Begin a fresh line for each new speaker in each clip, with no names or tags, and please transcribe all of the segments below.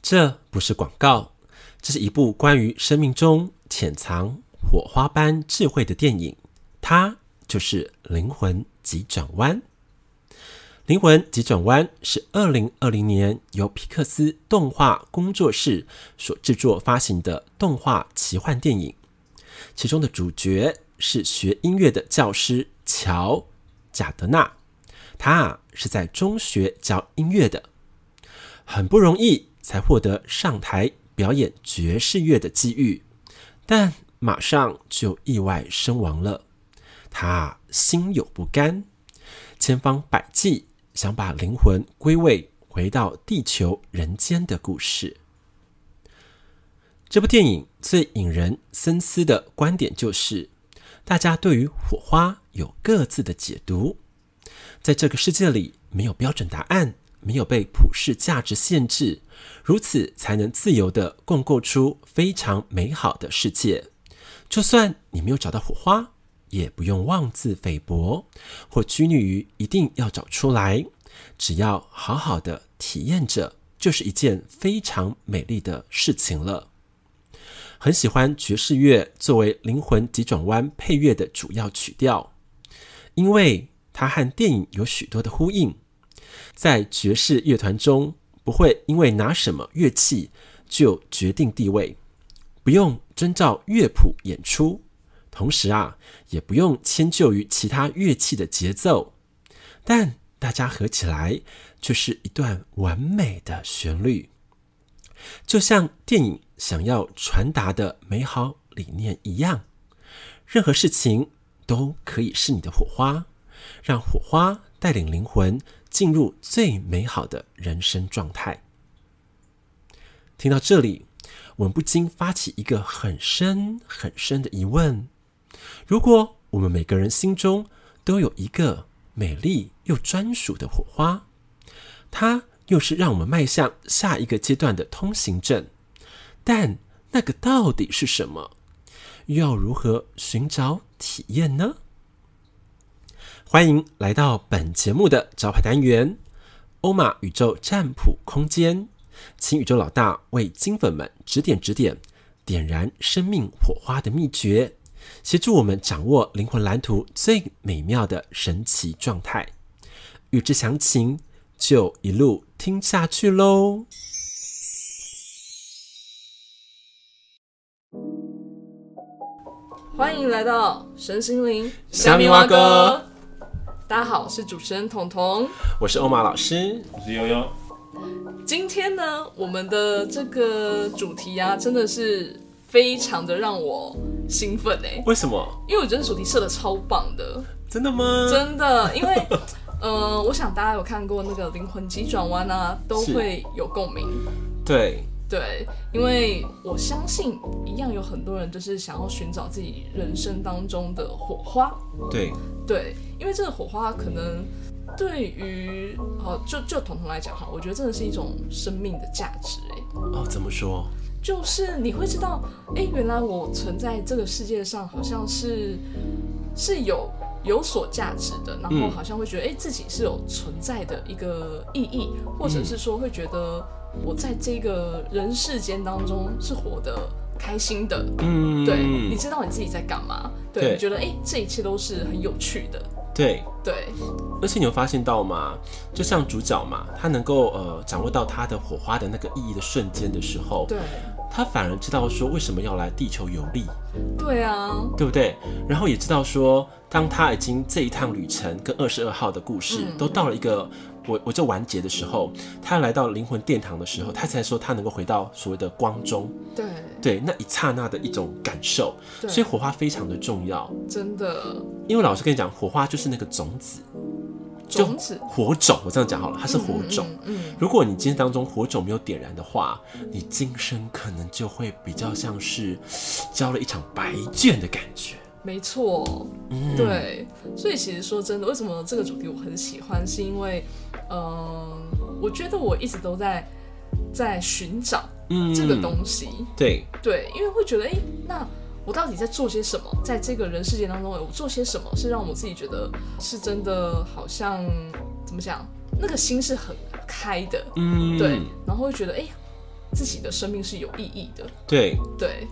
这不是广告，这是一部关于生命中潜藏火花般智慧的电影。它就是《灵魂急转弯》。《灵魂急转弯》是二零二零年由皮克斯动画工作室所制作发行的动画奇幻电影，其中的主角是学音乐的教师乔·贾德纳，他啊是在中学教音乐的，很不容易才获得上台表演爵士乐的机遇，但马上就意外身亡了，他啊心有不甘，千方百计想把灵魂归位回到地球人间的故事。这部电影最引人深思的观点就是，大家对于火花有各自的解读。在这个世界里，没有标准答案，没有被普世价值限制，如此才能自由的共构出非常美好的世界。就算你没有找到火花，也不用妄自菲薄，或拘泥于一定要找出来。只要好好的体验着，就是一件非常美丽的事情了。很喜欢爵士乐作为《灵魂急转弯》配乐的主要曲调，因为它和电影有许多的呼应。在爵士乐团中，不会因为拿什么乐器就决定地位，不用遵照乐谱演出，同时啊，也不用迁就于其他乐器的节奏，但大家合起来却是一段完美的旋律。就像电影想要传达的美好理念一样，任何事情都可以是你的火花，让火花带领灵魂进入最美好的人生状态。听到这里，我们不禁发起一个很深很深的疑问：如果我们每个人心中都有一个美丽又专属的火花，它又是让我们迈向下一个阶段的通行证。但那个到底是什么？又要如何寻找体验呢？欢迎来到本节目的招牌单元——欧玛宇宙占卜空间，请宇宙老大为金粉们指点指点，点燃生命火花的秘诀，协助我们掌握灵魂蓝图最美妙的神奇状态。欲知详情，就一路听下去喽。
欢迎来到神心灵
虾米蛙哥，
大家好，我是主持人彤彤。
我是欧玛老师，
我是悠悠，
今天呢，我们的这个主题啊，真的是非常的让我兴奋哎、
为什么？
因为我觉得主题设的超 棒的，
真的吗？
真的，因为。呃，我想大家有看过那个《灵魂急转弯》啊，都
是
会有共鸣。
对，
对，因为我相信一样有很多人就是想要寻找自己人生当中的火花。
对，
对，因为这个火花可能对于哦，就就彤彤来讲哈，我觉得真的是一种生命的价值哎，
哦，怎么说？
就是你会知道，哎，原来我存在这个世界上好像是是有有所价值的，然后
嗯
好像会觉得哎、诶自己是有存在的一个意义，或者是说会觉得
嗯
我在这个人世间当中是活得开心的，
嗯，
对，你知道你自己在干嘛，对，
对
你觉得哎、诶这一切都是很有趣的，
对，
对。
而且你有发现到吗？就像主角嘛，他能够呃掌握到他的火花的那个意义的瞬间的时候，
对，
他反而知道说为什么要来地球游历，
对啊，
对不对？然后也知道说，当他已经这一趟旅程跟二十二号的故事、
嗯
都到了一个我我就完结的时候，他来到灵魂殿堂的时候，他才说他能够回到所谓的光中，
对，
对那一刹那的一种感受。
对
所以火花非常的重要，
真的
因为老师跟你讲，火花就是那个种子，就
种子
火种。我这样讲好了，它是火种。，
嗯嗯嗯，
如果你今天当中火种没有点燃的话，你今生可能就会比较像是呃交了一场白卷的感觉。
嗯没错，
嗯，
对，所以其实说真的，为什么这个主题我很喜欢，是因为，嗯、我觉得我一直都在在寻找
嗯
这个东西，
对
对，因为会觉得，哎、那。我到底在做些什么？在这个人世界当中，我做些什么是让我自己觉得是真的，好像怎么讲，那个心是很开的，
嗯
对，然后会觉得哎、自己的生命是有意义的。
对
对，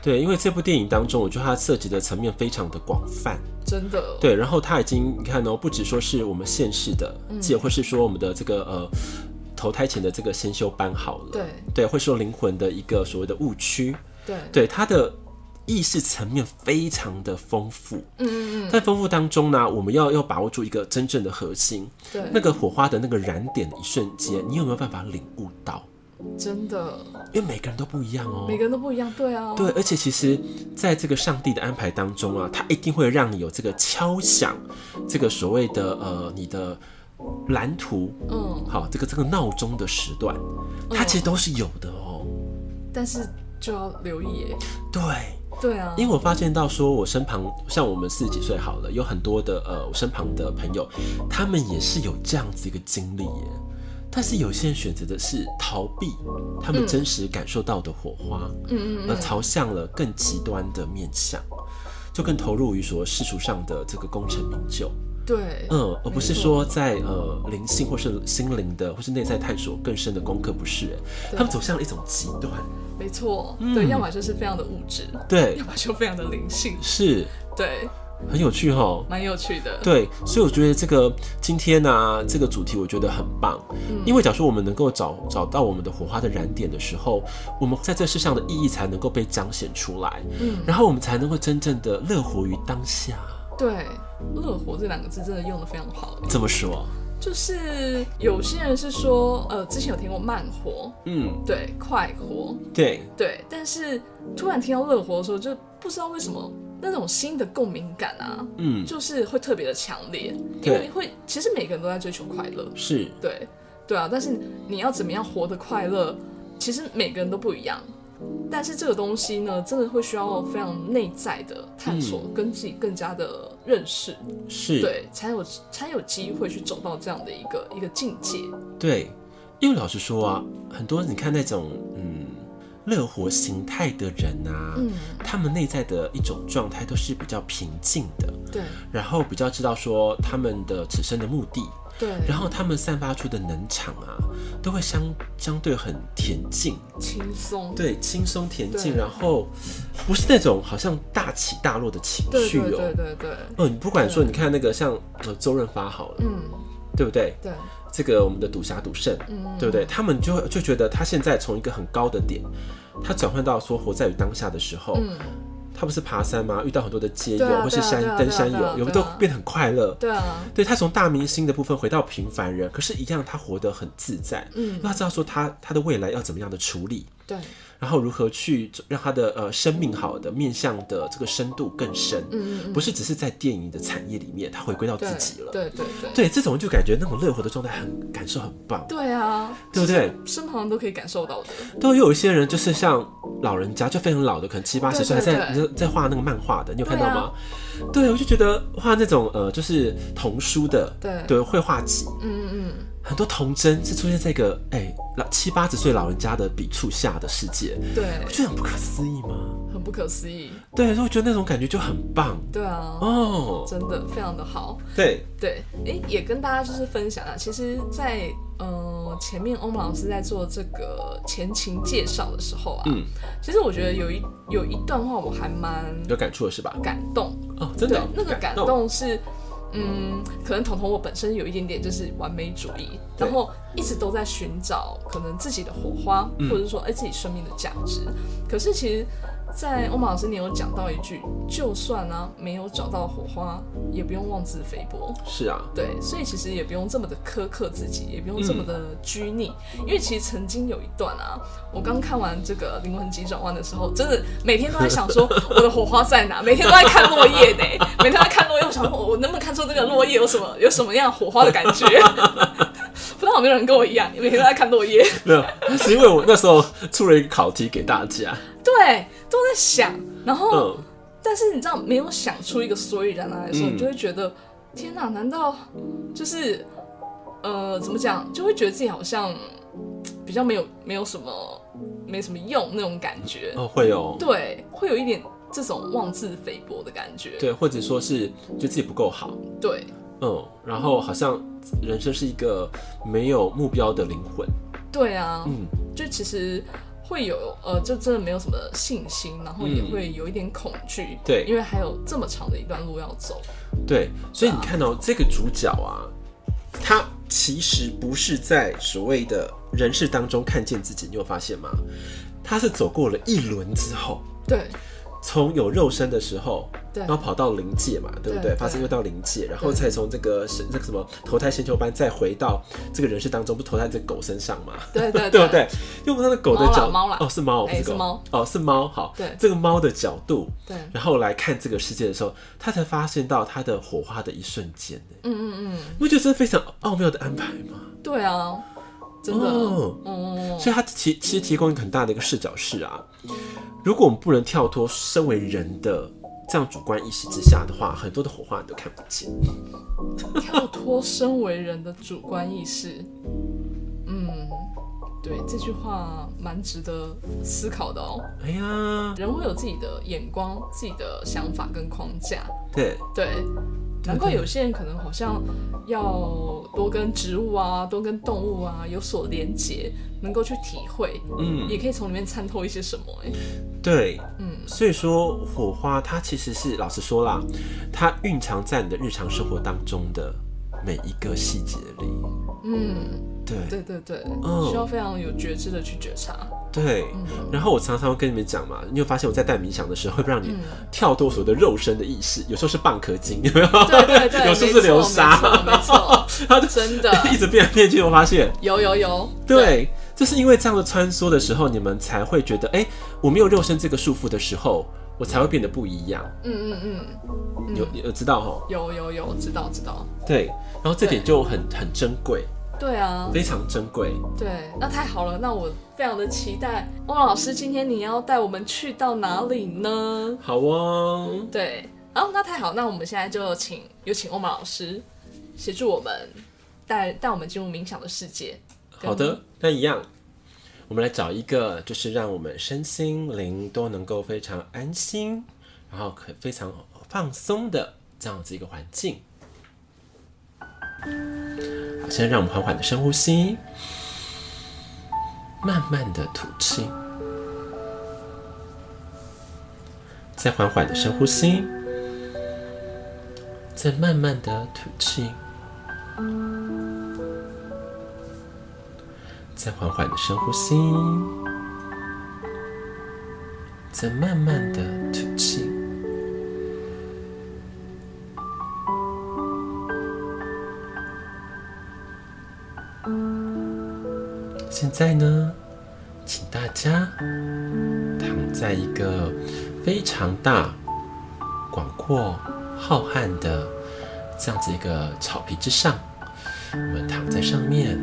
对，因为这部电影当中，我觉得它涉及的层面非常的广泛。
真的，
对，然后它已经你看哦，不只说是我们现世的，
嗯
界、或是说我们的这个呃投胎前的这个先修班好了，
对
对，或是说灵魂的一个所谓的误区，
对
对它的意识层面非常的丰富。
嗯嗯
在丰富当中呢，我们要要把握住一个真正的核心，
对
那个火花的那个燃点的一瞬间，你有没有办法领悟到？
嗯，真的，
因为每个人都不一样哦，
每个人都不一样，对啊，
对，而且其实，在这个上帝的安排当中啊，他一定会让你有这个敲响这个所谓的呃你的蓝图，
嗯，
好，这个这个闹钟的时段，它其实都是有的哦。
但是就要留意耶，
对，
对啊，
因为我发现到说，我身旁像我们四十几岁好了，有很多的呃我身旁的朋友，他们也是有这样子一个经历耶。但是有些人选择的是逃避他们真实感受到的火花，
嗯嗯
而朝向了更极端的面向，就更投入于所世俗上的这个功成名就，
对，
嗯，而不是
没错
说在呃灵性或是心灵的或是内在探索更深的功课，不是，欸
对
他们走向了一种极端，
没错，
嗯
对，要么就是非常的物质，
对
要，么就非常的灵性，
是
对，
很有趣哦哈。
蛮有趣 的，
对，所以我觉得这个今天呢、啊这个主题我觉得很棒，
嗯
因为假如说我们能够找找到我们的火花的燃点的时候，我们在这世上的意义才能够被彰显出来，嗯，然后我们才能够真正的乐活于当下。
对，乐活这两个字真的用的非常好耶，
这么说？
就是有些人是说，呃，之前有听过慢活，
嗯，
对，快活，
对，
对，但是突然听到乐活的时候，就不知道为什么那种新的共鸣感啊，
嗯，
就是会特别的强烈，因
对
为会其实每个人都在追求快乐，
是，
对对啊，但是你要怎么样活得快乐，其实每个人都不一样。但是这个东西呢，真的会需要非常内在的探索，
嗯
跟自己更加的认识，
是，
对，才有才有机会去走到这样的一个一个境界。
对，因为老实说啊，很多你看那种嗯乐活形态的人啊，
嗯，
他们内在的一种状态都是比较平静的，
对
然后比较知道说他们的此生的目的，
对，
然后他们散发出的能场啊，都会相相对很恬静，
轻松，
对，轻松恬静，
哦对
然后不是那种好像大起大落的情
对
绪
对
哦。
对对对，
哦，你不管说，你看那个像呃周润发好了，
嗯，
对不对？
对，
这个我们的赌侠赌圣，
嗯，
对不对？他们就会就觉得他现在从一个很高的点，他转换到说活在于当下的时候，
嗯，
他不是爬山吗？遇到很多的街友、
对啊
或是
对啊
山
对啊
登
对啊
山
对
友，
啊
有没有
对
都
啊
变得很快乐？
对啊，
对他从大明星的部分回到平凡人，可是，一样他活得很自在。
嗯，
那他知道说他他的未来要怎么样的处理，
对，
然后如何去让他的呃生命好的面向的这个深度更深，
嗯嗯嗯，
不是只是在电影的产业里面，他回归到自
对
己了。
对对对
对，这种就感觉那种乐活的状态很感受很棒。
对啊，
对不对？
身旁人都可以感受到的，
都有一些人就是像老人家，就非常老的，可能七八十岁还
对对
在
对啊
在在画那个漫画的，你有看到吗？对，我就觉得画那种呃，就是童书的，
对
对，绘画集，
嗯嗯
很多童真是出现在一个哎老七八十岁老人家的笔触下的世界，
嗯，对
我，觉得很不可思议嘛。
很不可思议，
对，所以我觉得那种感觉就很棒
对啊，
哦。
真的非常的好。
对，
对，诶，也跟大家就是分享啊，其实在，呃前面欧盟老师在做这个前情介绍的时候啊，
嗯，
其实我觉得有一有一段话我还蛮
有感触了是吧？
感动，
哦，真
对
的哦，
那个感动是。嗯，可能彤彤我本身有一点点就是完美主义，
对
然后一直都在寻找可能自己的火花，
嗯
或者说哎、自己生命的价值。可是其实，在欧马老师你有讲到一句，就算呢、没有找到火花，也不用妄自菲薄。
是啊，
对，所以其实也不用这么的苛刻自己，也不用这么的拘泥，因为其实曾经有一段啊，我刚看完这个《灵魂急转弯》的时候，真的每天都在想说我的火花在哪，每天都在看落叶呢，每天都在看落叶，我想说我能不能看出这个落叶有什么有什么样火花的感觉？ 不知道有没有人跟我一样，每天都在看落叶，
没有，是因为我那时候出了一个考题给大家，
对，都在想，然后。
嗯，
但是你知道，没有想出一个所以然来的时候，
嗯
你就会觉得，天哪、难道就是呃，怎么讲，就会觉得自己好像嘖比较没有没有什么没什么用那种感觉，
哦，会哦，
对，会有一点这种妄自菲薄的感觉，
对，或者说是觉得自己不够好，
对
嗯，然后好像人生是一个没有目标的灵魂，
对啊，
嗯，
就其实会有呃，就真的没有什么信心，然后也
嗯
会有一点恐惧，
对
因为还有这么长的一段路要走，
对，所以你看哦，这个主角啊，他其实不是在所谓的人世当中看见自己，你有发现吗？他是走过了一轮之后，
对
从有肉身的时候，
对
然后跑到灵界嘛，对不
对
对？
对
发生又到灵界，然后
对
才从这个神那个什么投胎仙球班再回到这个人世当中，不是投胎在狗身上吗？
对 对
对不对？用他的狗的
猫啦
角
猫啦
哦，是猫，不
哎
是
是
狗，
猫
哦，是猫。好，
对
这个猫的角度，
对，
然后来看这个世界的时候，他才发现到他的火花的一瞬间呢。
嗯嗯嗯，
你不觉得这是非常奥妙的安排吗？
对啊，真的，
哦
嗯，
所以它其其实提供一个很大的一个视角是啊，如果我们不能跳脱身为人的这样主观意识之下的话，很多的火花你都看不见。
嗯跳脱身为人的主观意识，嗯，对，这句话蛮值得思考的哦。
哎呀，
人会有自己的眼光、自己的想法跟框架，
对，
对。难怪有些人可能好像要多跟植物啊、多跟动物啊有所连结，能够去体会，
嗯，
也可以从里面参透一些什么、哎，
对，
嗯，
所以说火花它其实是老实说啦，它蕴藏在你的日常生活当中的每一个细节里。
嗯，
对
对对对，
哦
需要非常有觉知的去觉察，
对，
嗯
然后我常常会跟你们讲嘛，你有发现我在带冥想的时候，会让你
嗯
跳脱所谓的肉身的意识，有时候是蚌壳精，有没有？
对对 对，
有时候是流沙，
没错，
它就
没错 真的
一直变来变去，我发现，
有有有，
对，就是因为这样的穿梭的时候，你们才会觉得，哎、我没有肉身这个束缚的时候，我才会变得不一样。
嗯嗯嗯，
有有知道哈？
有有有，知道知道，
对，然后这点
对
就很很珍贵，
对啊，
非常珍贵。
对，那太好了，那我非常的期待汪老师今天你要带我们去到哪里呢？
好哦，
对，哦，那太好，那我们现在就请有请欧玛老师协助我们带带我们进入冥想的世界。
好的，那一样，我们来找一个，就是让我们身心灵都能够非常安心，然后可非常放松的这样子一个环境。好，现在让我们缓缓的深呼吸，慢慢的吐气，再缓缓的深呼吸，再慢慢的吐气。再缓缓的深呼吸，再慢慢的吐气。现在呢，请大家躺在一个非常大、广阔、浩瀚的这样子一个草皮之上，我们躺在上面。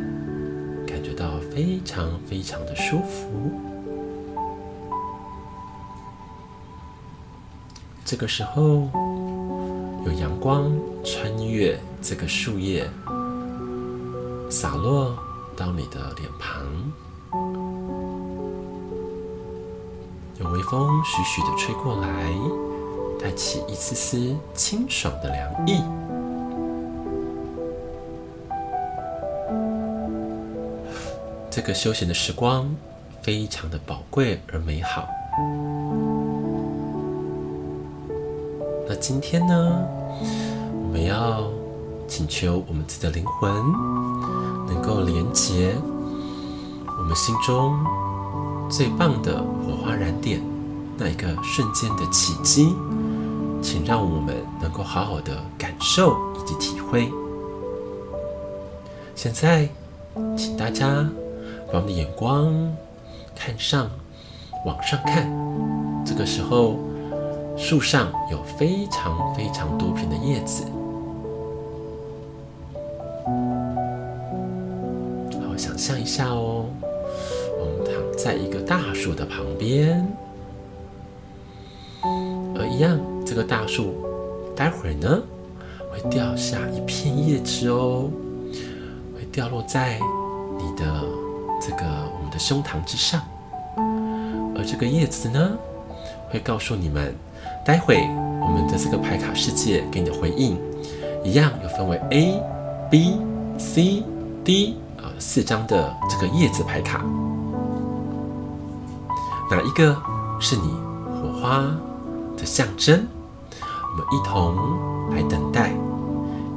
感觉到非常非常的舒服。这个时候，有阳光穿越这个树叶，洒落到你的脸庞，有微风徐徐的吹过来，带起一丝丝清爽的凉意。这个休闲的时光非常的宝贵而美好。那今天呢，我们要请求我们自己的灵魂能够连接我们心中最棒的火花燃点，那一个瞬间的契机，请让我们能够好好的感受以及体会。现在，请大家把我们的眼光看上，往上看。这个时候，树上有非常非常多片的叶子。好，想象一下哦，我们躺在一个大树的旁边，而一样，这个大树待会儿呢会掉下一片叶子哦。会掉落在你的这个我们的胸膛之上，而这个叶子呢，会告诉你们，待会我们的这个牌卡世界给你的回应，一样有分为 A、B、C、D 啊、四张的这个叶子牌卡。哪一个是你火花的象征？我们一同来等待，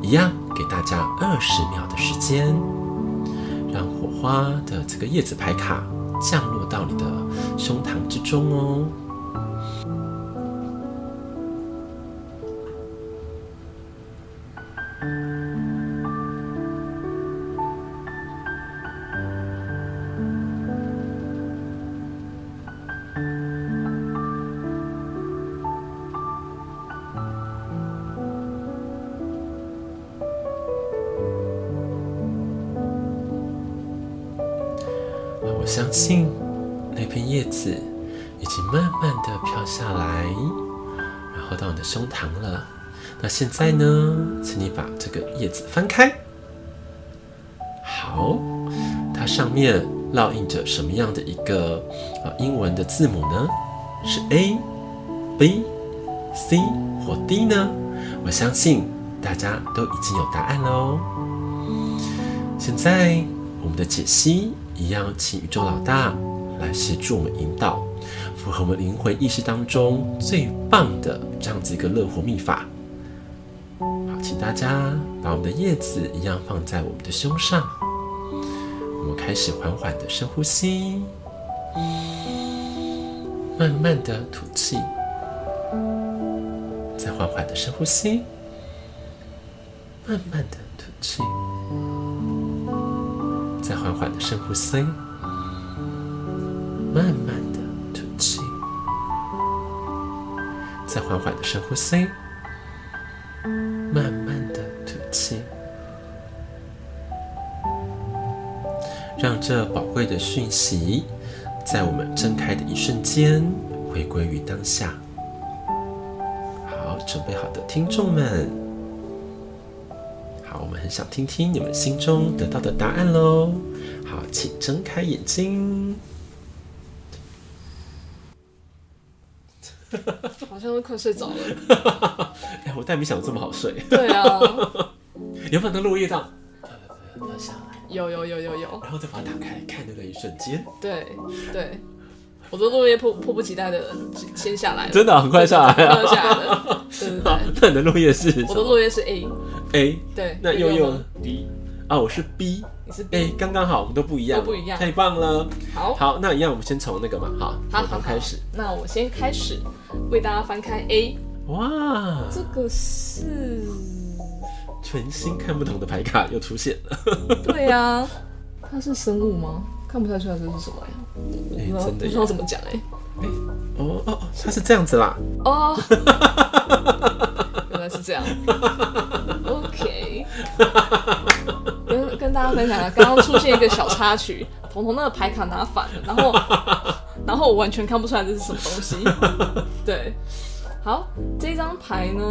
一样给大家二十秒的时间，让火花的这个叶子牌卡降落到你的胸膛之中哦。我相信那片叶子已经慢慢的飘下来，然后到你的胸膛了。那现在呢，请你把这个叶子翻开。好，它上面烙印着什么样的一个呃英文的字母呢？是 A、B、C 或 D 呢？我相信大家都已经有答案了哦。现在我们的解析一样，请宇宙老大来协助我们引导，符合我们灵魂意识当中最棒的这样子一个乐活秘法。好，请大家把我们的叶子一样放在我们的胸上，我们开始缓缓的深呼吸，慢慢的吐气，再缓缓的深呼吸，慢慢的吐气。再缓缓的深呼吸，慢慢的吐气，再缓缓的深呼吸，慢慢的吐气，让这宝贵的讯息在我们睁开的一瞬间回归于当下。好，准备好的听众们。好，我们很想听听你们心中得到的答案喽。好，请睁开眼睛。
好像都快睡着了。
哎，我但没想过这么好睡。
对 啊，
有没有那落叶这样呃飘飘下来，
有有有有有，
然后再把它打开看的那一瞬间，
对对，我都落叶迫迫不及待的先下来了，
真的啊、很快下来
对
啊！
对对下来了，对对对，
那你的落叶是什
我的
么
落叶是 A，
？A，
对，
那悠悠
呢
呢 B 啊，我是 B。
你是 B，
哎，刚刚好，我们都不一样，
都不一样
太棒了。
好，
好，那一样，我们先从那个嘛，好，
好
从头
好
开始。。
好那我先开始为大家翻开 A，
哇，
这个是，
全新看不懂的牌卡又出现了，
对啊，它是生物吗？看不太出来这是什么呀，
哎、
不知道
真
不
的
知
耶
道怎么讲哎、
哦哦，哦它是这样子啦，
哦，原来是这样。OK，跟跟大家分享一下，刚刚出现一个小插曲，彤彤那个牌卡拿反了，然后然后我完全看不出来这是什么东西。对，好，这张牌呢，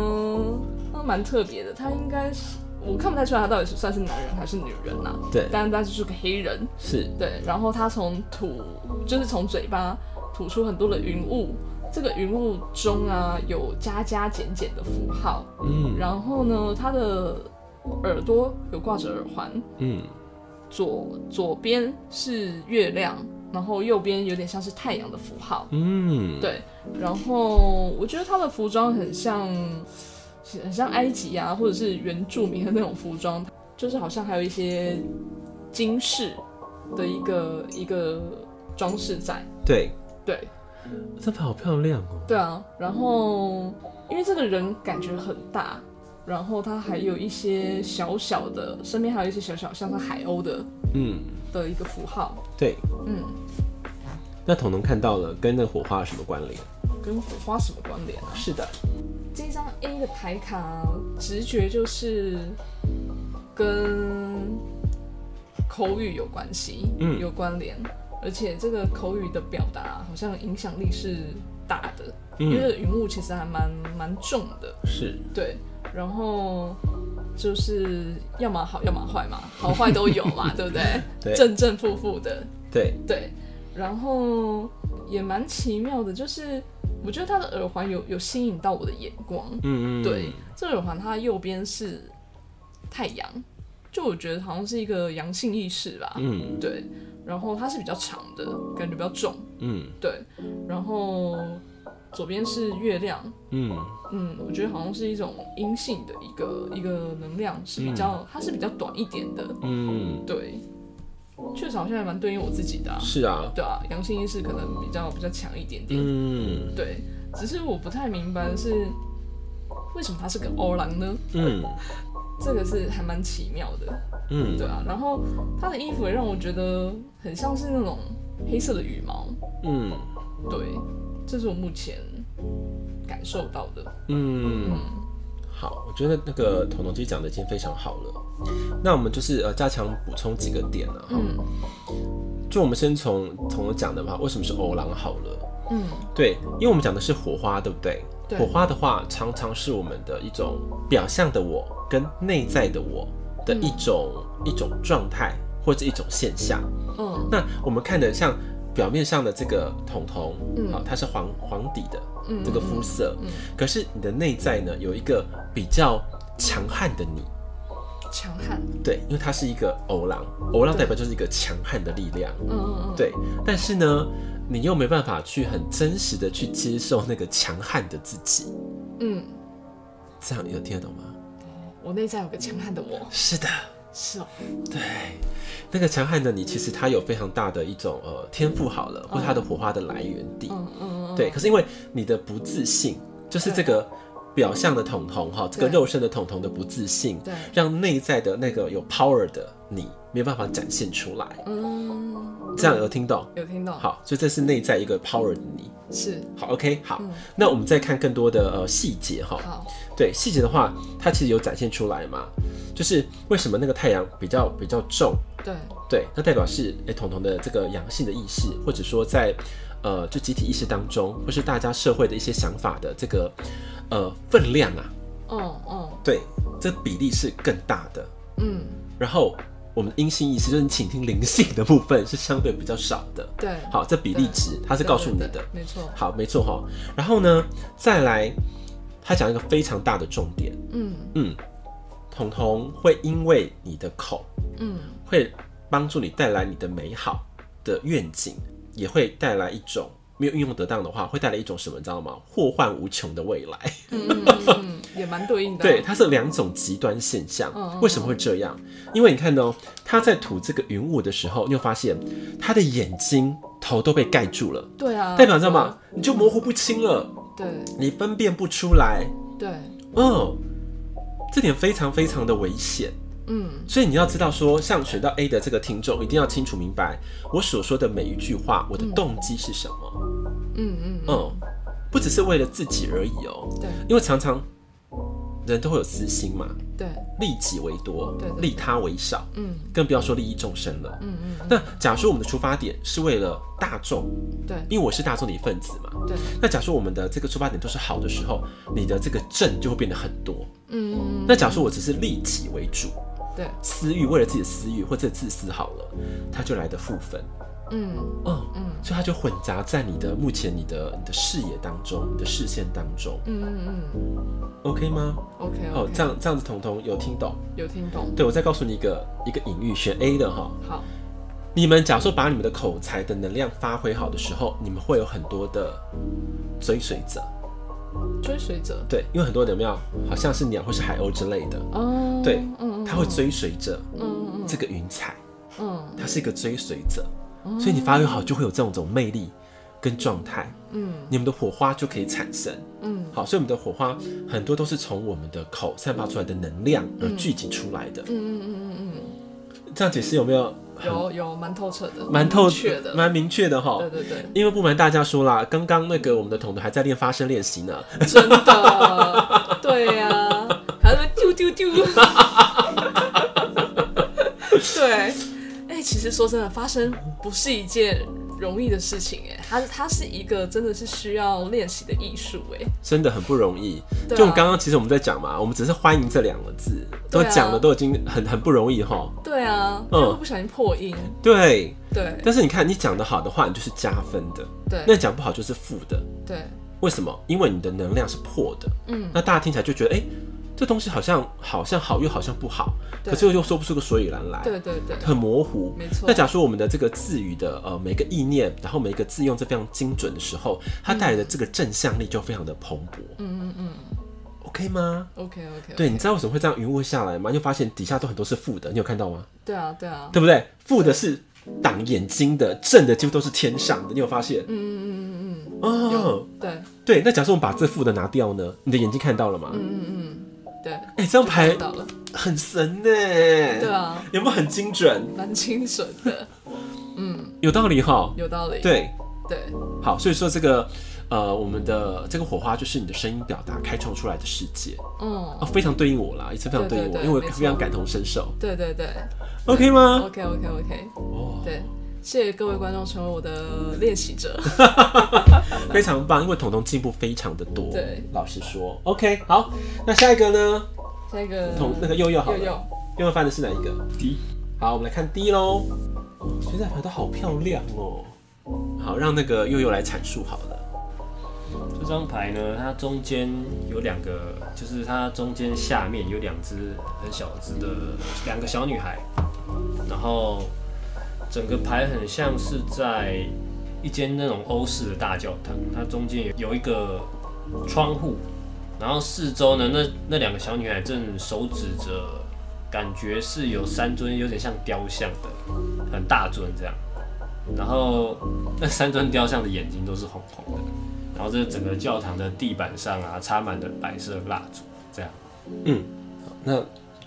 那蛮特别的，它应该是我看不太出来它到底是算是男人还是女人呐、啊，
对，
但但是是个黑人，
是
对，然后它从吐，就是从嘴巴吐出很多的云雾，这个云雾中啊有加加减减的符号，
嗯
然后呢，它的耳朵有挂着耳环，
嗯，
左左边是月亮，然后右边有点像是太阳的符号，
嗯，
对，然后我觉得他的服装很像，很像埃及啊，或者是原住民的那种服装，就是好像还有一些金饰的一个一个装饰在。
对，
对
这牌好漂亮哦。
对啊，然后因为这个人感觉很大，然后他还有一些小小的，身边还有一些小小像是海鸥的
嗯，
的一个符号，
对。
嗯，
那彤彤看到了，跟那个火花有什么关联？
跟火花什么关联啊？
是的，
这张 A 的牌卡，直觉就是跟口语有关系，
嗯
有关联，而且这个口语的表达好像影响力是大的，因为这
嗯，
个云雾其实还蛮蛮重的，
是，
对，然后就是要么好，要么坏 嘛，好坏都有嘛，对不对？
对
正正负负的，
对，
对，然后也蛮奇妙的，就是我觉得他的耳环有有吸引到我的眼光，
嗯嗯，
对，这个耳环它右边是太阳，就我觉得好像是一个阳性意识吧。
嗯，
对，然后它是比较长的，感觉比较重，
嗯
对，然后左边是月亮，
嗯
嗯，我觉得好像是一种阴性的一个一个能量，是比较、它是比较短一点的，
嗯，
对，确实好像还蛮对应我自己的、啊，
是啊，
对啊，阳性意识可能比较比较强一点点，
嗯
对，只是我不太明白的是为什么它是个欧郎呢？
嗯
这个是还蛮奇妙的，
嗯，
对啊，然后他的衣服也让我觉得很像是那种黑色的羽毛，
嗯
对，这是我目前感受到的。
嗯，好，我觉得那个彤彤姐讲的已经非常好了。那我们就是呃加强补充几个点啊，
嗯
就我们先从彤彤讲的嘛，为什么是欧郎好了？
嗯，
对，因为我们讲的是火花，对不对？
对
火花的话，常常是我们的一种表象的我跟内在的我的一种、一种状态或者一种现象。
嗯
那我们看的像表面上的这个彤彤，
嗯
啊，它是黄黄底的
嗯
这个肤色，
嗯
可是你的内在呢，有一个比较强悍的你，
强悍，
对，因为它是一个欧郎，欧郎
对
代表就是一个强悍的力量，
嗯嗯嗯，
对，但是呢，你又没办法去很真实的去接受那个强悍的自己，
嗯，
这样有听得懂吗？
我内在有个强悍的我，
是的，
是哦，
对，那个强悍的你，其实它有非常大的一种呃天赋好了，或它的火花的来源地，
嗯嗯嗯，
对，可是因为你的不自信，就是这个表象的统统哈，这个
对
肉身的统统的不自信，
对
让内在的那个有 power 的你没有办法展现出来。
嗯，
这样有听懂？
有听到，，
好，所以这是内在一个 power 的你。
是，
好，OK，好，
嗯
那我们再看更多的呃细节哈。
好，
对细节的话，它其实有展现出来嘛，就是为什么那个太阳比较比较重，
对，
对，那代表是诶彤彤的这个阳性的意识，或者说在呃就集体意识当中，或是大家社会的一些想法的这个呃分量啊，
嗯嗯
对，这比例是更大的。
嗯，
然后我们的阴性意识就是你倾听灵性的部分是相对比较少的。
对，
好，这比例值它
对，
是告诉你
对
的
对。没错，
好，没错哈。然后呢，再来，他讲一个非常大的重点，
嗯
嗯，彤彤会因为你的口
嗯
会帮助你带来你的美好的愿景，也会带来一种没有运用得当的话，会带来一种什么，你知道吗？祸患无穷的未来。
嗯嗯嗯 嗯，也蛮对应的啊，
对，它是两种极端现象
嗯嗯。
为什么会这样？因为你看哦，他在吐这个云雾的时候，你有发现他的眼睛、头都被盖住了，
对啊，
代表你知道吗？你就模糊不清了，
对？
你分辨不出来。
对对，
哦，这点非常非常的危险。
嗯
所以你要知道说，像选到 A 的这个听众，一定要清楚明白我所说的每一句话，我的动机是什么。
嗯嗯，
嗯，不只是为了自己而已哦，
对
因为常常人都会有私心嘛，
对，
利己为多
对，对
利他为少，
嗯
更不要说利益众生了。
嗯嗯
那假说我们的出发点是为了大众，
嗯，对
因为我是大众的一份子嘛。
对，
那假说我们的这个出发点都是好的时候，你的这个正就会变得很多。
嗯嗯
那假说我只是利己为主，
对，
私欲为了自己的私欲或者自私好了，它就来的负分，
嗯
嗯
嗯
所以它就混杂在你的目前你的你的视野当中，你的视线当中
嗯嗯嗯
，OK 吗？
，OK
哦，
OK，
这样这样子，彤彤有听懂？
有听懂，
对，我再告诉你一个一个隐喻，选 A 的哈，
好，
你们假如说把你们的口才的能量发挥好的时候，你们会有很多的追随者，
追随者，
对，因为很多人有没有，好像是鸟或是海鸥之类的，
哦，
对
嗯嗯，
它会追随着
嗯嗯
这个云彩，
嗯
它是一个追随者，所以你发挥好就会有这种种魅力跟状态，
嗯
你们的火花就可以产生。
嗯
好，所以我们的火花很多都是从我们的口散发出来的能量而聚集出来的。
嗯嗯嗯
这样解释有没有
嗯，有有蛮透彻的，
蛮透
确的，
蛮明确的哈？
对对对，
因为不瞒大家说啦，刚刚那个我们的彤彤还在练发声练习呢。
真的，对呀、啊，还在那边丢丢 丢。对，哎、其实说真的，发声不是一件容易的事情，哎，它它是一个真的是需要练习的艺术，哎，
真的很不容易。
对啊
就我们刚刚其实我们在讲嘛，我们只是欢迎这两个字，都
对啊
讲的都已经很很不容易哈。
对啊，
嗯
因为会不小心破音，
对，
对
但是你看你讲的好的话，你就是加分的；那
对
讲不好就是负的。
对，
为什么？因为你的能量是破的，
嗯
那大家听起来就觉得，哎、这东西好像好像好又好像不好，
对
可是又说不出个所以然来，
对对对，
很模糊。
没错
那假如说我们的这个字语的呃每个意念，然后每一个字用这非常精准的时候，
嗯
它带来的这个正向力就非常的蓬勃。嗯嗯嗯，OK 吗？
OK OK，
对，你知道为什么会这样云雾下来吗？你就发现底下都很多是负的，你有看到吗？
对啊对啊，
对不对？负的是挡眼睛的，正的几乎都是天上的，你有发现？嗯
嗯嗯嗯嗯，
哦
有，对
对。那假设我们把这负的拿掉呢？你的眼睛看到了吗？
对，
哎、这张牌
嗯看到了，
很神呢。
对
对
啊，
有没有很精准？
蛮清纯的，
有道理哈。
有道理，
对，
对
好，所以说这个呃，我们的这个火花就是你的声音表达开创出来的世界
嗯
哦，，非常对应我啦，也是非常对应我，
对对对
因为
没
我
错
非常感同身受。
对对对
OK 吗？
，OK OK OK，
哦，
对，谢谢各位观众成为我的练习者，
非常棒，因为彤彤进步非常的多。
对，
老实说，OK，好，那下一个呢？
下一 个
彤那个佑佑好
又
了，佑
又
佑翻的是哪一个？D。好，我们来看 D 喽。水彩牌都好漂亮哦。好，让那个佑佑来阐述好了。
这张牌呢，它中间有两个，就是它中间下面有两只很小只的两个小女孩，然后整个牌很像是在一间那种欧式的大教堂，它中间有有一个窗户，然后四周呢，那那两个小女孩正手指着，感觉是有三尊有点像雕像的，很大尊这样，然后那三尊雕像的眼睛都是红红的。然后这整个教堂的地板上啊，插满了白色蜡烛，这样。
那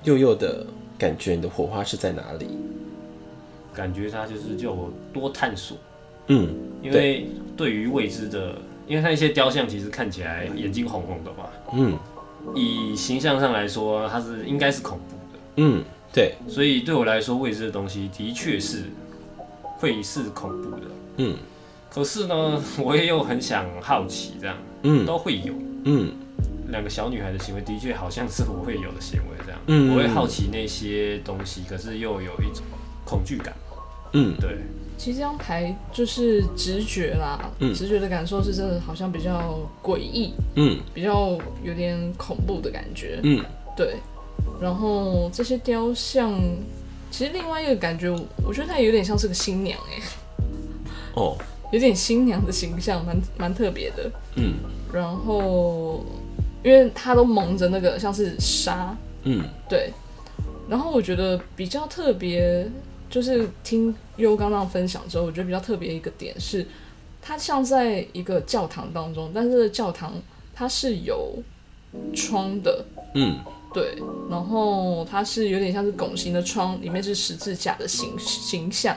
佑佑的感觉，你的火花是在哪里？
感觉它就是叫我多探索，
嗯，
因为对于未知的，因为它一些雕像其实看起来眼睛红红的嘛，
嗯
以形象上来说，它是应该是恐怖的，
嗯，对，
所以对我来说，未知的东西的确是会是恐怖的。
嗯
可是呢，我也有很想好奇，这样
嗯
都会有。
嗯。
两个小女孩的行为的确好像是我会有的行为，这样，
嗯
我会好奇那些东西，可是又有一种恐惧感，
嗯
对，
其实这张牌就是直觉啦，
嗯
直觉的感受是真的好像比较诡异，
嗯
比较有点恐怖的感觉。
嗯
对，然后这些雕像，其实另外一个感觉，我觉得它有点像是个新娘哎、
哦，
有点新娘的形象，蛮蛮特别的。
嗯
然后，因为它都蒙着那个像是纱，
嗯
对。然后我觉得比较特别，就是听优刚刚分享之后，我觉得比较特别一个点是，它像在一个教堂当中，但是教堂它是有窗的，
嗯
对，然后它是有点像是拱形的窗，里面是十字架的形形象，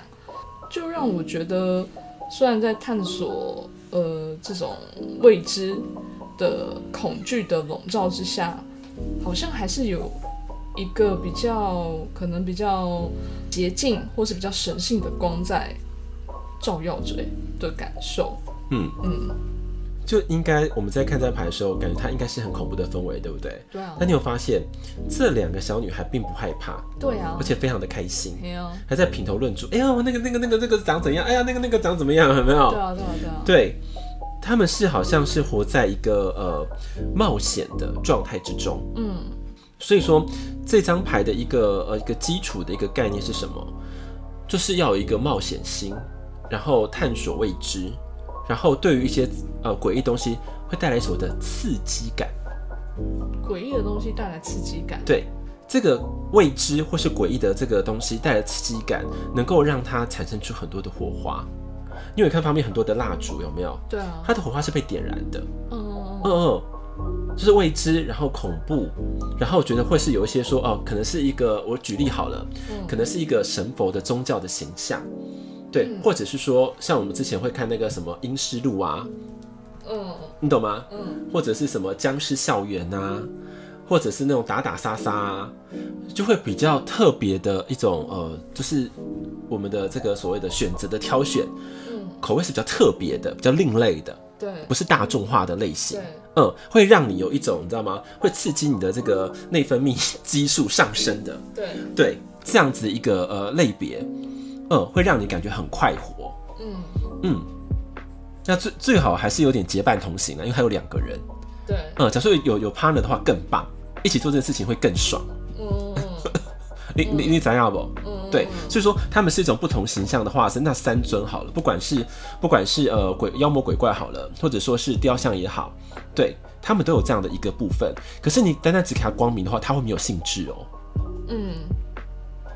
就让我觉得，虽然在探索呃这种未知的恐惧的笼罩之下，好像还是有一个比较可能比较洁净或是比较神性的光在照耀着的感受。
嗯
嗯，
就应该我们在看这张牌的时候，感觉它应该是很恐怖的氛围，对不对？
对啊
但，你有发现，这两个小女孩并不害怕，
对啊
而，且非常的开心，
没有，
还在品头论足。哎呀，那个那个那个那个长怎样？哎呀，那个那个长怎么样？ 有没有？
对啊，对啊，对啊，
对，他们是好像是活在一个呃冒险的状态之中。嗯，所以说这张牌的一个呃一个基础的一个概念是什么？就是要有一个冒险心，然后探索未知，然后对于一些呃诡异东西会带来所谓的刺激感。
诡异的东西带来刺激感。
对，这个未知或是诡异的这个东西带来刺激感，能够让它产生出很多的火花。因为你看旁边很多的蜡烛有没有？
对啊，
它的火花是被点燃的。
嗯嗯嗯，
嗯嗯，就是未知，然后恐怖，然后觉得会是有一些说哦，可能是一个我举例好了，
嗯
可能是一个神佛的宗教的形象，对，
嗯
或者是说像我们之前会看那个什么阴尸路啊，
嗯
你懂吗？
嗯
或者是什么僵尸校园啊，或者是那种打打杀杀、啊，就会比较特别的一种呃，就是我们的这个所谓的选择的挑选，
嗯，
口味是比较特别的，比较另类的，
对
不是大众化的类型
对。，
嗯，会让你有一种你知道吗？会刺激你的这个内分泌激素上升的，
对，
对，这样子一个呃类别，嗯，会让你感觉很快活，
嗯
嗯。那最最好还是有点结伴同行啊，因为还有两个人，
对
嗯，假设有有 partner 的话更棒，一起做这件事情会更爽。
嗯嗯
你你你怎样不？
嗯，
对，所以说他们是一种不同形象的化身。那三尊好了，不管是不管是呃鬼妖魔鬼怪好了，或者说是雕像也好，对他们都有这样的一个部分。可是你单单只给他光明的话，他会没有兴致哦、
嗯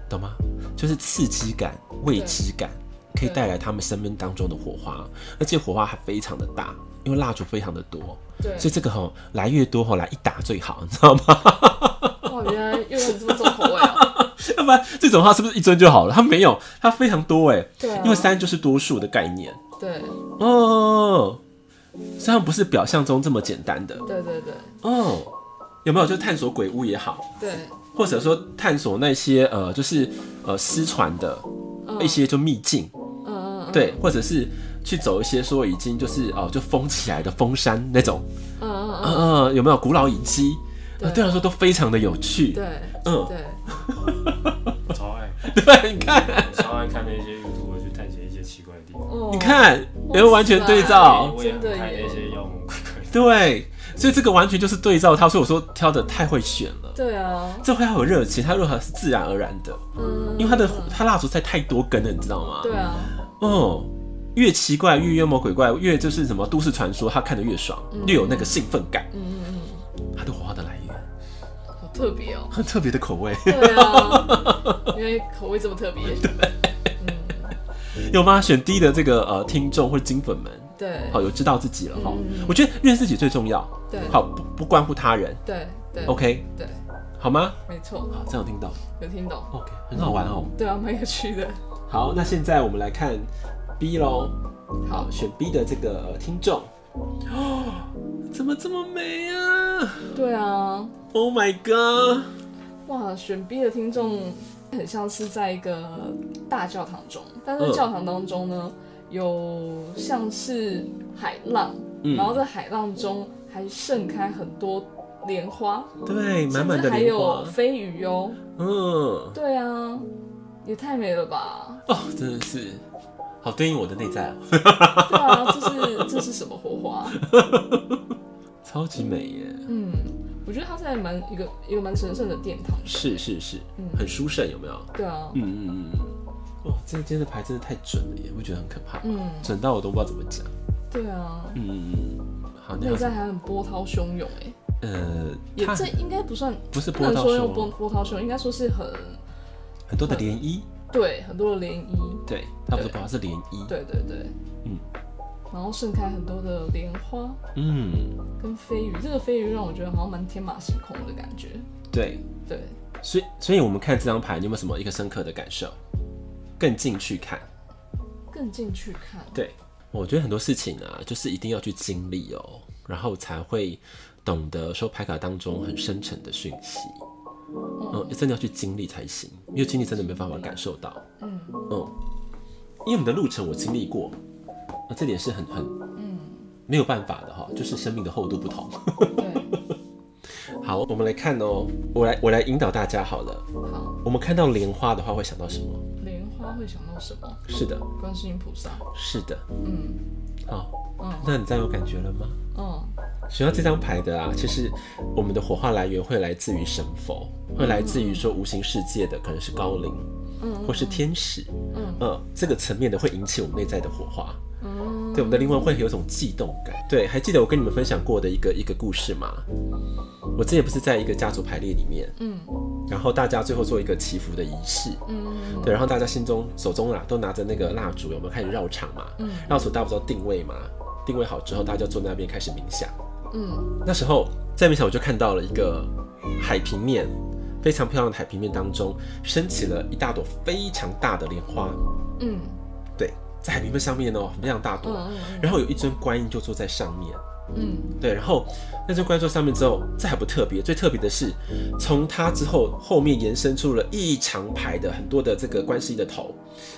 懂吗？就是刺激感、未知感，可以带来他们生命当中的火花，而且火花还非常的大，因为蜡烛非常的多，
对，
所以这个吼来越多吼来一打最好，你知道吗？
哇，原来又有这么重口味啊！
要不然这种话是不是一尊就好了？它没有，它非常多哎，
对啊
因为三就是多数的概念
对
哦，虽然不是表象中这么简单的
对对对
哦，有没有？就探索鬼屋也好，
对，
或者说探索那些呃，就是呃失传的
嗯
一些就秘境，
嗯嗯嗯，
对，或者是去走一些说已经就是哦、就封起来的封山那种，
嗯嗯嗯，
嗯、呃，有没有古老遗迹？呃
对
对我来说都非常的有趣。
对
嗯，
对，
我超 爱，
对，你看，
我超爱看那些 YouTube 去探险一些奇怪的地方。
哦
你看，有没有完全对照？
我也
真
很
的
看
耶
那些妖魔鬼怪。
对，所以这个完全就是对照他，所以我说挑的太会选了。
对啊，
这会要有热情，它如何是自然而然的，
嗯，
因为它的它蜡烛在太多根了，你知道吗？
对啊，
哦，越奇怪越妖魔鬼怪，越就是什么都市传说，他看得越爽，越有那个兴奋感，
嗯嗯嗯，
它的火花的来源，
好特别哦。
很特别的口味。
对啊，因为口味这么特别。嗯，
有吗？选 D 的这个呃听众或者金粉们，
对
好有知道自己了哈、
嗯
我觉得认识自己最重要，
对
好不不关乎他人
对对
，OK，
对，
好吗？
没错，
好，这样有听到
有听懂。
，OK，很好玩哦。
对啊，蛮有趣的。
好，那现在我们来看 B 喽。好，选 B 的这个呃听众，哦，怎么这么美啊
对啊，
？Oh my god！
哇，选 B 的听众很像是在一个大教堂中，但是
嗯
教堂当中呢，有像是海浪，
嗯
然后在海浪中还盛开很多莲花，
对，满满
甚至
的
还
莲
有
花，
飞鱼哦。
嗯，哦，
对啊，也太美了吧！
真的是，好对应我的内在哦，
对啊，这是这是什么火花？
超级美耶，
嗯，我觉得它在蛮一个一个蛮神圣的殿堂。
是是是，
嗯
很舒适，有没有？
对啊，
嗯嗯嗯，哇，这今天的牌真的太准了耶，我觉得很可怕，
嗯，
准到我都不知道怎么讲。
对啊，
嗯嗯嗯，好，你
内
好，
在还很波涛汹涌哎，
呃，
也
它
这应该不算，
不是
不
波
能
涛
说用波
汹，
波涛汹，应该说是很
很多的涟漪，
对很多的涟漪，
对，它不是
对
波涛，是涟漪，
对对对，
嗯，
然后盛开很多的莲花
嗯，
跟飞鱼，这个飞鱼让我觉得好像蛮天马行空的感觉，
对，
对，
所以所以我们看这张牌，你有没有什么一个深刻的感受？更进去看，
更进去看，
对，我觉得很多事情啊，就是一定要去经历哦，然后才会懂得说牌卡当中很深沉的讯息。嗯，真的要去经历才行，因为经历真的没办法感受到。
嗯
嗯，因为我们的路程我经历过，那这点是很很嗯没有办法的哈，就是生命的厚度不同。
对，
好，我们来看哦，我来我来引导大家好了。
好，
我们看到莲花的话，会想到什么？
莲花会想到什么？
是的，
观世音菩萨，
是的。
嗯
好，
嗯
那你这样有感觉了吗？
嗯，
选到这张牌的啊，其实我们的火花来源会来自于神佛，会来自于说无形世界的，可能是高龄，
嗯，
或是天使，
嗯
呃，这个层面的会引起我们内在的火花，
嗯，
对我们的灵魂会有一种悸动感。对，还记得我跟你们分享过的一个一个故事吗？我之前不是在一个家族排列里面，
嗯
然后大家最后做一个祈福的仪式，
嗯
对，然后大家心中手中啊都拿着那个蜡烛，我们开始绕场嘛，
嗯
绕场大家不知道定位嘛，定位好之后，大家就坐那边开始冥想。
嗯
那时候在冥想，我就看到了一个海平面，非常漂亮的海平面当中升起了一大朵非常大的莲花，
嗯
对，在海平面上面哦，非常大朵。
嗯
然后有一尊观音就坐在上面，
嗯
对，然后那尊观音坐上面之后，这还不特别，最特别的是从它之后后面延伸出了一长排的很多的这个观世音的头，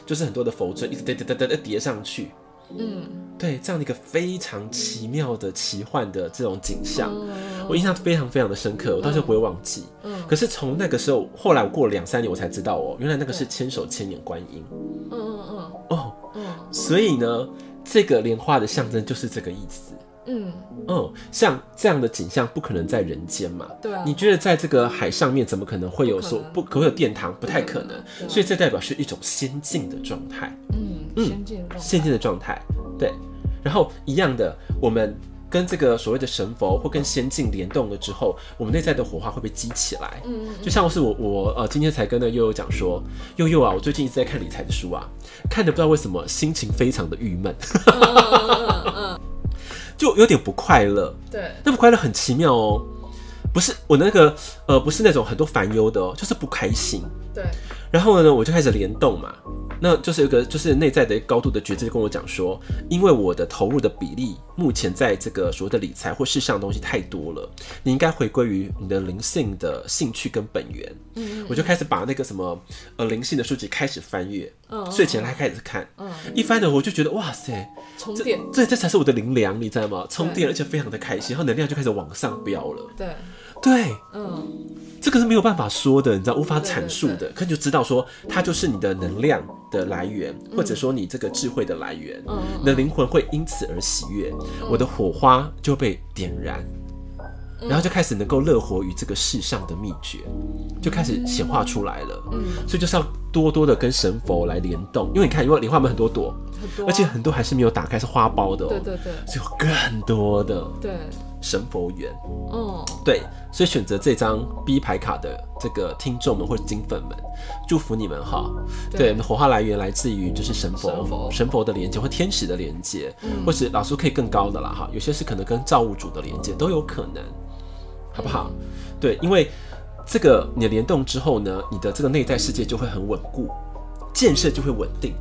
就是很多的佛尊一直叠叠叠叠叠叠上去，
嗯
对，这样的一个非常奇妙的奇幻的这种景象。
嗯，
我印象非常非常的深刻，我到现在不会忘记。
嗯
可是从那个时候，后来我过了两三年，我才知道哦，原来那个是千手千眼观音
嗯嗯嗯
哦。
嗯
所以呢，这个莲花的象征就是这个意思。
嗯嗯，
嗯，像这样的景象不可能在人间嘛。
对啊，
你觉得在这个海上面，怎么可能会有所不
不
可会有殿堂？不太可能。
对啊
所以这代表是一种仙境的状态，
嗯
嗯
先进入
仙境的状态。对，然后一样的，我们跟这个所谓的神佛或跟仙境联动了之后，我们内在的火花会被激起来。
嗯嗯
就像是我我呃今天才跟那个悠悠讲说，悠悠啊，我最近一直在看理财的书啊，看的不知道为什么心情非常的郁闷，
嗯嗯嗯嗯，
就有点不快乐。
对，
那不快乐很奇妙哦，不是我那个呃不是那种很多烦忧的哦，就是不开心。
对，
然后呢，我就开始联动嘛，那就是有一个就是内在的高度的觉知就跟我讲说，因为我的投入的比例目前在这个所谓的理财或事项的东西太多了，你应该回归于你的灵性的兴趣跟本源。
嗯
我就开始把那个什么呃灵性的书籍开始翻阅，
嗯
睡前还开始看，
嗯，
一翻的我就觉得哇塞，
重
这
点，
这这才是我的灵粮，你知道吗？充电，而且非常的开心，然后能量就开始往上飙了。
对，
对，
嗯
这个是没有办法说的，你知道，无法阐述的，
对
可你就知道说它就是你的能量的来源，或者说你这个智慧的来源，
嗯
你的灵魂会因此而喜悦，我的火花就被点燃。
嗯
然后就开始能够乐活于这个世上的秘诀，就开始显化出来了。
嗯，
所以就是要多多的跟神佛来联动，因为你看，因为莲花有很多朵，
很多啊，
而且很多还是没有打开，是花苞的、哦。
对对对
所以有更多的
对，
神佛缘。
嗯，
对，所以选择这张 B 牌卡的这个听众们或者金粉们，祝福你们哈。
对
对，火花来源来自于就是神佛、
神佛嗯
的连接或天使的连接，或是老师可以更高的啦哈，有些是可能跟造物主的连接都有可能，好不好？对，因为这个你联动之后呢，你的这个内在世界就会很稳固，建设就会稳定。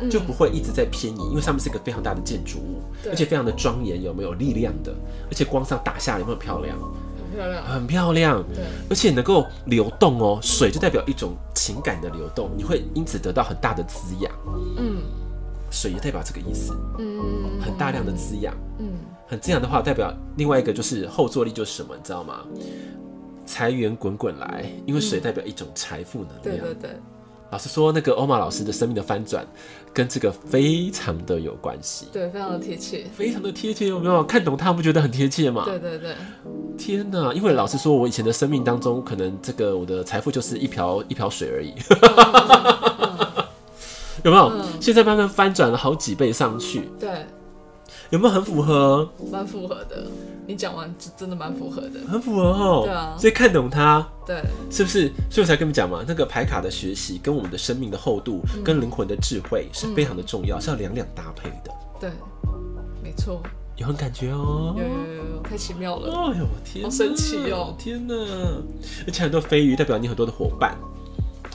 嗯
就不会一直在偏移，因为上面是一个非常大的建筑物，
对
而且非常的庄严，有没有力量的？而且光上打下来有没有漂亮？
很漂亮，
很漂亮，
对，
而且能够流动哦。水就代表一种情感的流动，你会因此得到很大的滋养。
嗯
水也代表这个意思，
嗯，
很大量的滋养。
嗯，
很滋养的话，代表另外一个就是后坐力就是什么，你知道吗？财源滚滚来，因为水代表一种财富能量。
对对对，
老实说，那个欧玛老师的生命的翻转，跟这个非常的有关系，
对，非常的贴切，
非常的贴切，有没有？看懂他不觉得很贴切吗？
对对对，
天呐！因为老实说，我以前的生命当中，可能这个我的财富就是一瓢一瓢水而已，
嗯
有没有？现在慢慢翻转了好几倍上去，
对，
有没有很符合？
蛮符合的。你讲完真真的蛮符合的，
很符合哦。
对啊
所以看懂它
对，
是不是？所以我才跟你们讲嘛，那个牌卡的学习跟我们的生命的厚度、
嗯
跟灵魂的智慧是非常的重要，是要两两搭配的。
对，没错，
有很感觉哦
有。有有有，太奇妙了。
哦呦，天哪！
好神奇哦
天哪！而且很多飞鱼代表你很多的伙伴，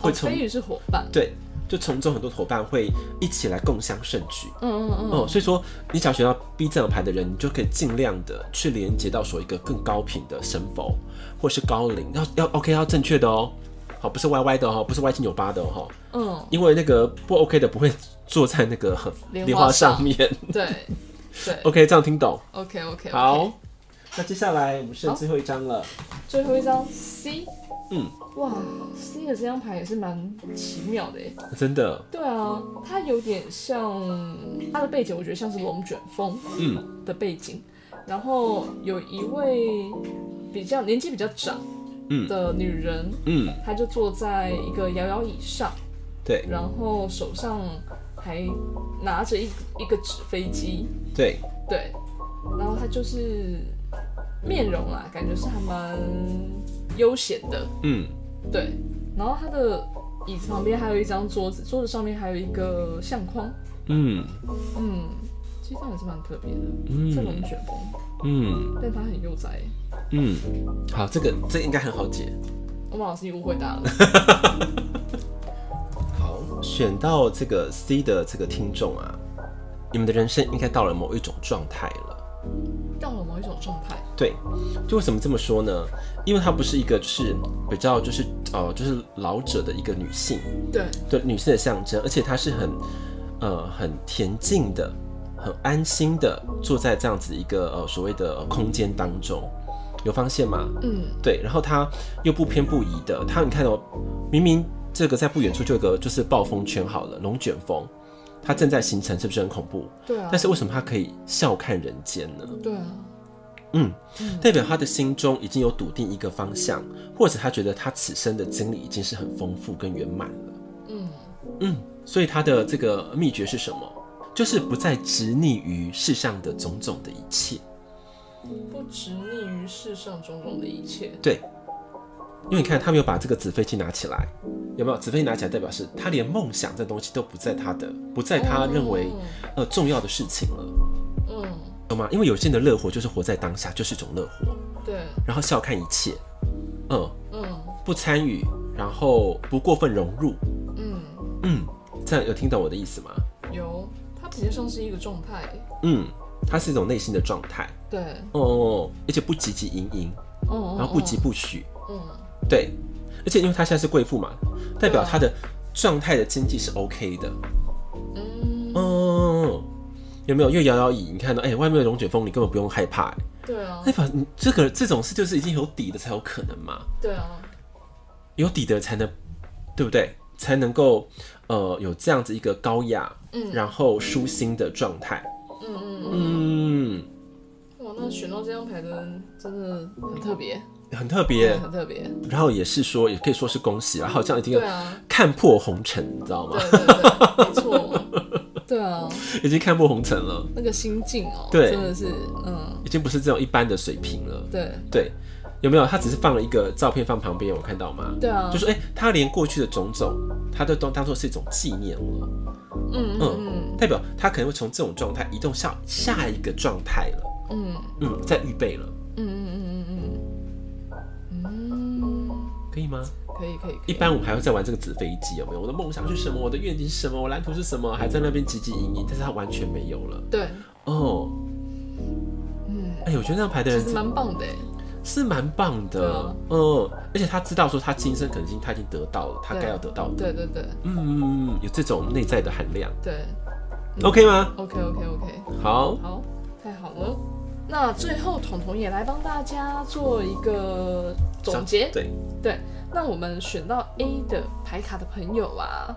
会
哦，
从
飞宇是伙伴，
对，就从中很多伙伴会一起来共享盛举。
嗯嗯嗯，
哦，所以说你想学到 B 这张牌的人，你就可以尽量的去连接到所谓一个更高频的神佛或是高龄，要要 OK 要正确的哦，好不是歪歪的哦，不是歪七扭八的哦，
嗯，
因为那个不 OK 的不会坐在那个
莲
莲
花
花上
上
面。
对，对
OK，这样听懂？
，OK OK，
好，那接下来我们剩
好
最后一张了。
最后一张 C，
嗯，
哇，C 的这张牌也是蛮奇妙的耶。
真的，
对啊，它有点像它的背景，我觉得像是龙卷风
嗯，
的背景。然后有一位比较年纪比较长
嗯
的女人，
嗯，
她就坐在一个摇摇椅上，
对
然后手上还拿着一一个纸飞机，
对，
对，然后她就是面容啊，感觉是还蛮悠闲的，
嗯
对，然后他的椅子旁边还有一张桌子，桌子上面还有一个相框，
嗯
嗯，其实这样也是蛮特别的，这龙
嗯
卷风，
嗯
但它很悠哉。
嗯，好，这个这个应该很好解。
欧马老师，你误会大了。
嗯 好，选到这个 C 的这个听众啊，你们的人生应该到了某一种状态了。
到了某一种状态，
对，就为什么这么说呢？因为她不是一个就是比较就是呃就是老者的一个女性，
对，
对女性的象征，而且她是很呃很恬静的、很安心的坐在这样子一个呃所谓的呃空间当中，有发现吗？
嗯，
对，然后他又不偏不倚的，他你看哦，明明这个在不远处就有个就是暴风圈好了，龙卷风，它正在形成，是不是很恐怖？
对啊
但，是为什么他可以笑看人间呢？
对啊，
代表他的心中已经有笃定一个方向，或者他觉得他此生的经历已经是很丰富跟圆满了。
嗯
嗯，所以他的这个秘诀是什么？就是不再执溺于世上的种种的一切。
不执溺于世上种种的一切。
对，因为你看他没有把这个纸飞机拿起来，有没有？纸飞机拿起来代表是他连梦想这东西都不在他的，不在他
哦
认为呃重要的事情了，
嗯，
懂吗？因为有些人的乐活就是活在当下，就是一种乐活，
嗯对，
然后笑看一切，嗯，
嗯
不参与，然后不过分融入，
嗯，
嗯，这样有听懂我的意思吗？
有，它比较像是一个状态。
嗯，它是一种内心的状态，
对，
哦哦，哦而且不汲汲营营，
嗯，
然后不
嗯
疾，不徐，
嗯
对，而且因为她现在是贵妇嘛，代表
对啊
她的状态的经济是 OK 的。
嗯，
嗯，有没有又摇摇椅？你看到哎、外面的龙卷风，你根本不用害怕、哎
对啊
代，表你这个这种事就是已经有底的才有可能嘛，
对啊，
有底的才能，对不对？才能够呃有这样子一个高雅，
嗯
然后舒心的状态。
嗯嗯嗯，
嗯，
哇，那选到这张牌的人真的很特别，
很特
真
别
的。很特别。
然后也是说，也可以说是恭喜啦，然后这样一定
嗯对啊
看破红尘，你知道吗
对？对对，没 错，对啊，
已经看破红尘了，
那个心境哦，
对
真的是，嗯，
已经不是这种一般的水平了。
对，
对，有没有？他只是放了一个照片放旁边，我看到吗？
对啊，
就是哎、欸他连过去的种种，他都当当做是一种纪念了，
嗯嗯
代表他可能会从这种状态移动下下一个状态了，
嗯嗯
嗯，在预备了，
嗯嗯嗯嗯嗯，嗯，
可以吗？
可以可以，可以
一般我们还会在玩这个纸飞机，有没有？我的梦想是什么？我的愿景是什么？我蓝图是什么？还在那边汲汲营营，但是他完全没有了。
对，
哦，
嗯，
哎、我觉得那样排的
其
人
实蛮棒的欸，
是蛮棒
对
的
啊，
嗯，而且他知道说他今生可能性他已经得到了，他
对啊
该要得到的，
对对对
嗯嗯嗯嗯，有这种内在的含量
对嗯
，OK 吗？
，OK OK OK，
好，
好，太好了。那最后，彤彤也来帮大家做一个总结。
对，
对，那我们选到 A 的牌卡的朋友啊，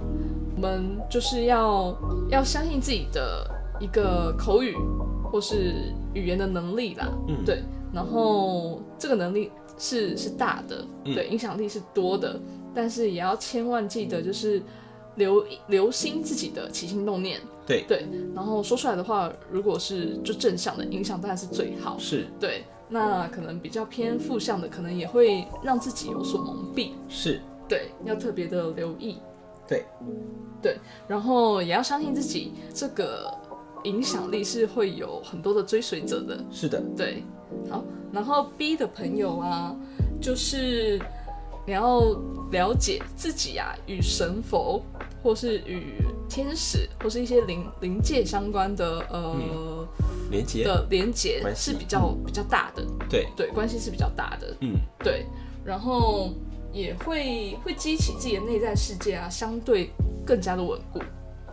我们就是要要相信自己的一个口语或是语言的能力啦。
嗯，
对，然后这个能力是是大的，
嗯
对，影响力是多的，但是也要千万记得就是留留心自己的起心动念，
对
对，然后说出来的话，如果是就正向的影响，当然是最好，
是
对。那可能比较偏负向的，可能也会让自己有所蒙蔽，
是，
对，要特别的留意，
对，
对，然后也要相信自己，这个影响力是会有很多的追随者的，
是的，
对，好，然后 B 的朋友啊，就是你要了解自己啊，与神佛或是与天使或是一些灵灵界相关的呃、
嗯连接，
的连接
关系嗯
是比较比较大的，
对，
对，关系是比较大的，
嗯，
对，然后也会会激起自己的内在世界啊，相对更加的稳固。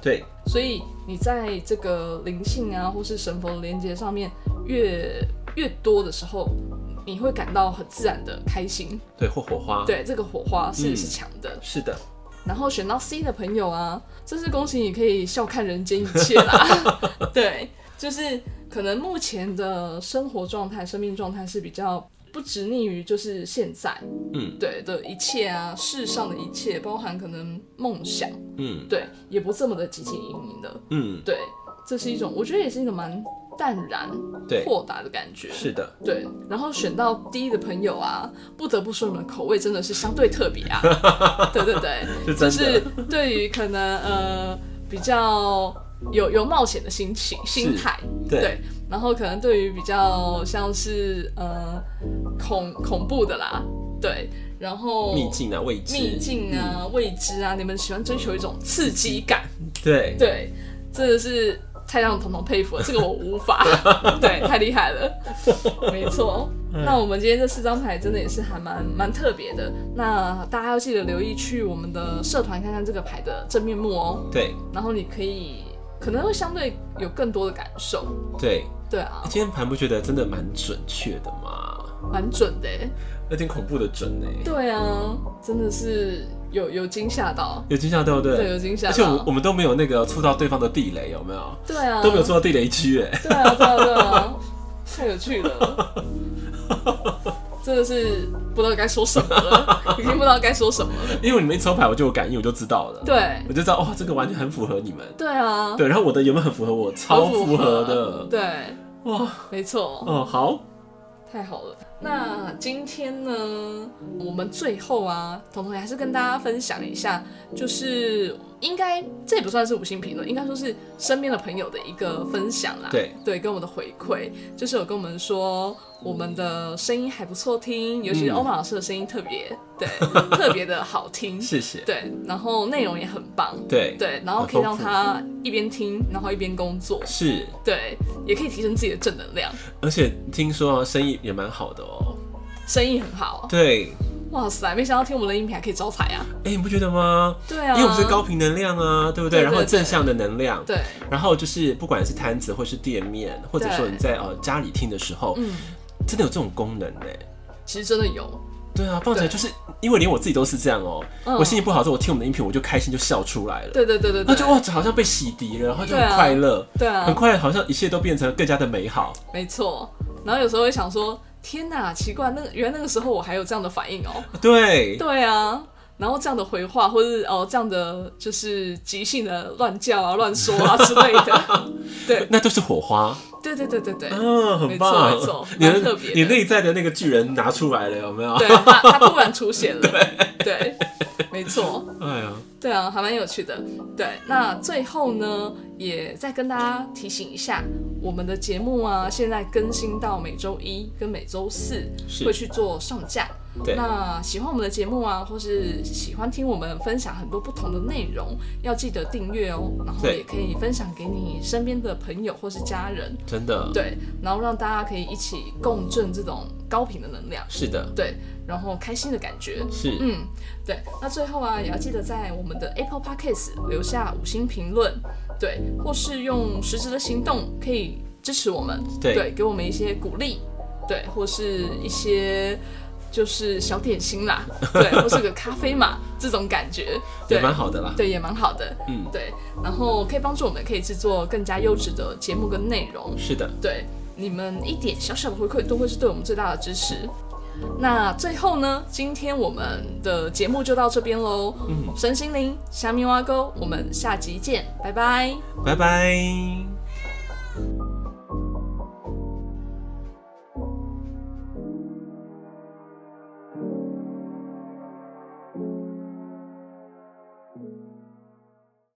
对，
所以你在这个灵性啊，或是神佛的连接上面越越多的时候，你会感到很自然的开心。
对，或火花，，
对，这个火花是、
啊嗯
是强的。
是的，
然后选到 C 的朋友啊，真是恭喜你可以笑看人间一切 啦。对，就是可能目前的生活状态、生命状态是比较不执溺于就是现在，
嗯
对的一切啊，世上的一切，包含可能梦想，
嗯
对，也不这么的汲汲营营的。
嗯，
对，这是一种，我觉得也是一种蛮淡然、
对，
豁达的感觉。
是的，
对，然后选到 D 的朋友啊，不得不说你们的口味真的是相对特别 啊。对对对，
是真
就
的，
是对于可能呃比较有有冒险的心情心态，
对
对，然后可能对于比较像是呃恐恐怖的啦，对，然后
秘境啊，未知，
秘境啊、未知啊，你们喜欢追求一种刺激感，
嗯对，
对，真的是太让彤彤佩服了，这个我无 法，对，太厉害了，没错。
嗯
那我们今天这四张牌真的也是还蛮蛮特别的，那大家要记得留意去我们的社团看看这个牌的真面目哦，
对，
然后你可以可能会相对有更多的感受，
对，
对啊，
今天盘不觉得真的蛮准确的嘛，
蛮准的耶，欸
有点恐怖的准呢，
对啊，真的是有有惊吓到，
有惊吓对不对？
对，有惊吓
而且我
到
们我。们都没有那个触到对方的地雷，有没有？
对啊，
都没有触到地雷区，哎，
对啊，对啊，对啊，太有趣了，真的是不知道该说什么了，已经不知道该说什么了。
因为你们一抽牌我就有感应，我就知道了。，
对，
我就知道哇，这个完全很符合你们。
对啊，
对，然后我的有没有很符合我？超
很嗯
符合的。
对，
哇，
没错，
哦，好，
太好了。那今天呢，我们最后啊，彤彤也还是跟大家分享一下，就是应该这也不算是五星评论，应该说是身边的朋友的一个分享啦。
对
对，跟我们的回馈，就是有跟我们说我们的声音还不错听，尤其是
嗯
欧玛老师的声音特别对 特别的好听，
谢谢。
对，然后内容也很棒，
对，
对，然后可以让他一边听，然后一边工作，
是，
对，也可以提升自己的正能量，
而且听说啊生意也蛮好的哦。
生意很好。
对，
哇塞，没想到听我们的音频还可以招财啊！
哎，你不觉得吗？
对啊，
因为我们是高频能量啊，对不对？
对对
然后正向的能量，
对，
然后就是不管是摊子或是店面，或者说
对
你在呃家里听的时候，
嗯，
真的有这种功能哎。
其实真的有，
对啊，放起来
对
就是因为连我自己都是这样哦、
嗯
我心情不好的时候，我听我们的音频，我就开心就笑出来了。
对对对对
然后
对，
就哇，好像被洗涤了，然后就
对
很
啊
快乐，
对啊
很，快乐，好像一切都变成更加的美好。
没错。然后有时候会想说，天哪，奇怪，那个原来那个时候我还有这样的反应哦、
对，
对啊，然后这样的回话，或是哦这样的就是即兴的乱叫啊、乱说啊之类的，对
那就是火花，
对对对对对，
嗯、很
没
棒
错没错，
你
蛮特别的
你内在的那个巨人拿出来了，有没有？
对他他突然出 现了，对，没错。
哎呀，
对啊，还蛮有趣的。对，那最后呢，也再跟大家提醒一下，我们的节目啊，现在更新到每周一跟每周四
是
会去做上架。
对
那喜欢我们的节目啊，或是喜欢听我们分享很多不同的内容，要记得订阅哦。然后
对
也可以分享给你身边的朋友或是家人，
真的，
对，然后让大家可以一起共振这种高频的能量，
是的，
对，然后开心的感觉。
是，
嗯，对。那最后啊，也要记得在我们的 Apple Podcast 留下五星评论，对，或是用实质的行动可以支持我们，
对
给我们一些鼓励，对，或是一些就是小点心啦，对，或是个咖啡嘛，这种感觉，
也
对，
蛮好的啦。
对，也蛮好的，
嗯，
对，然后可以帮助我们可以制作更加优质的节目跟内容，
是的，
对，你们一点小小的回馈都会是对我们最大的支持。那最后呢，今天我们的节目就到这边喽。嗯，身心灵虾米挖沟，我们下集见，拜拜。
拜拜。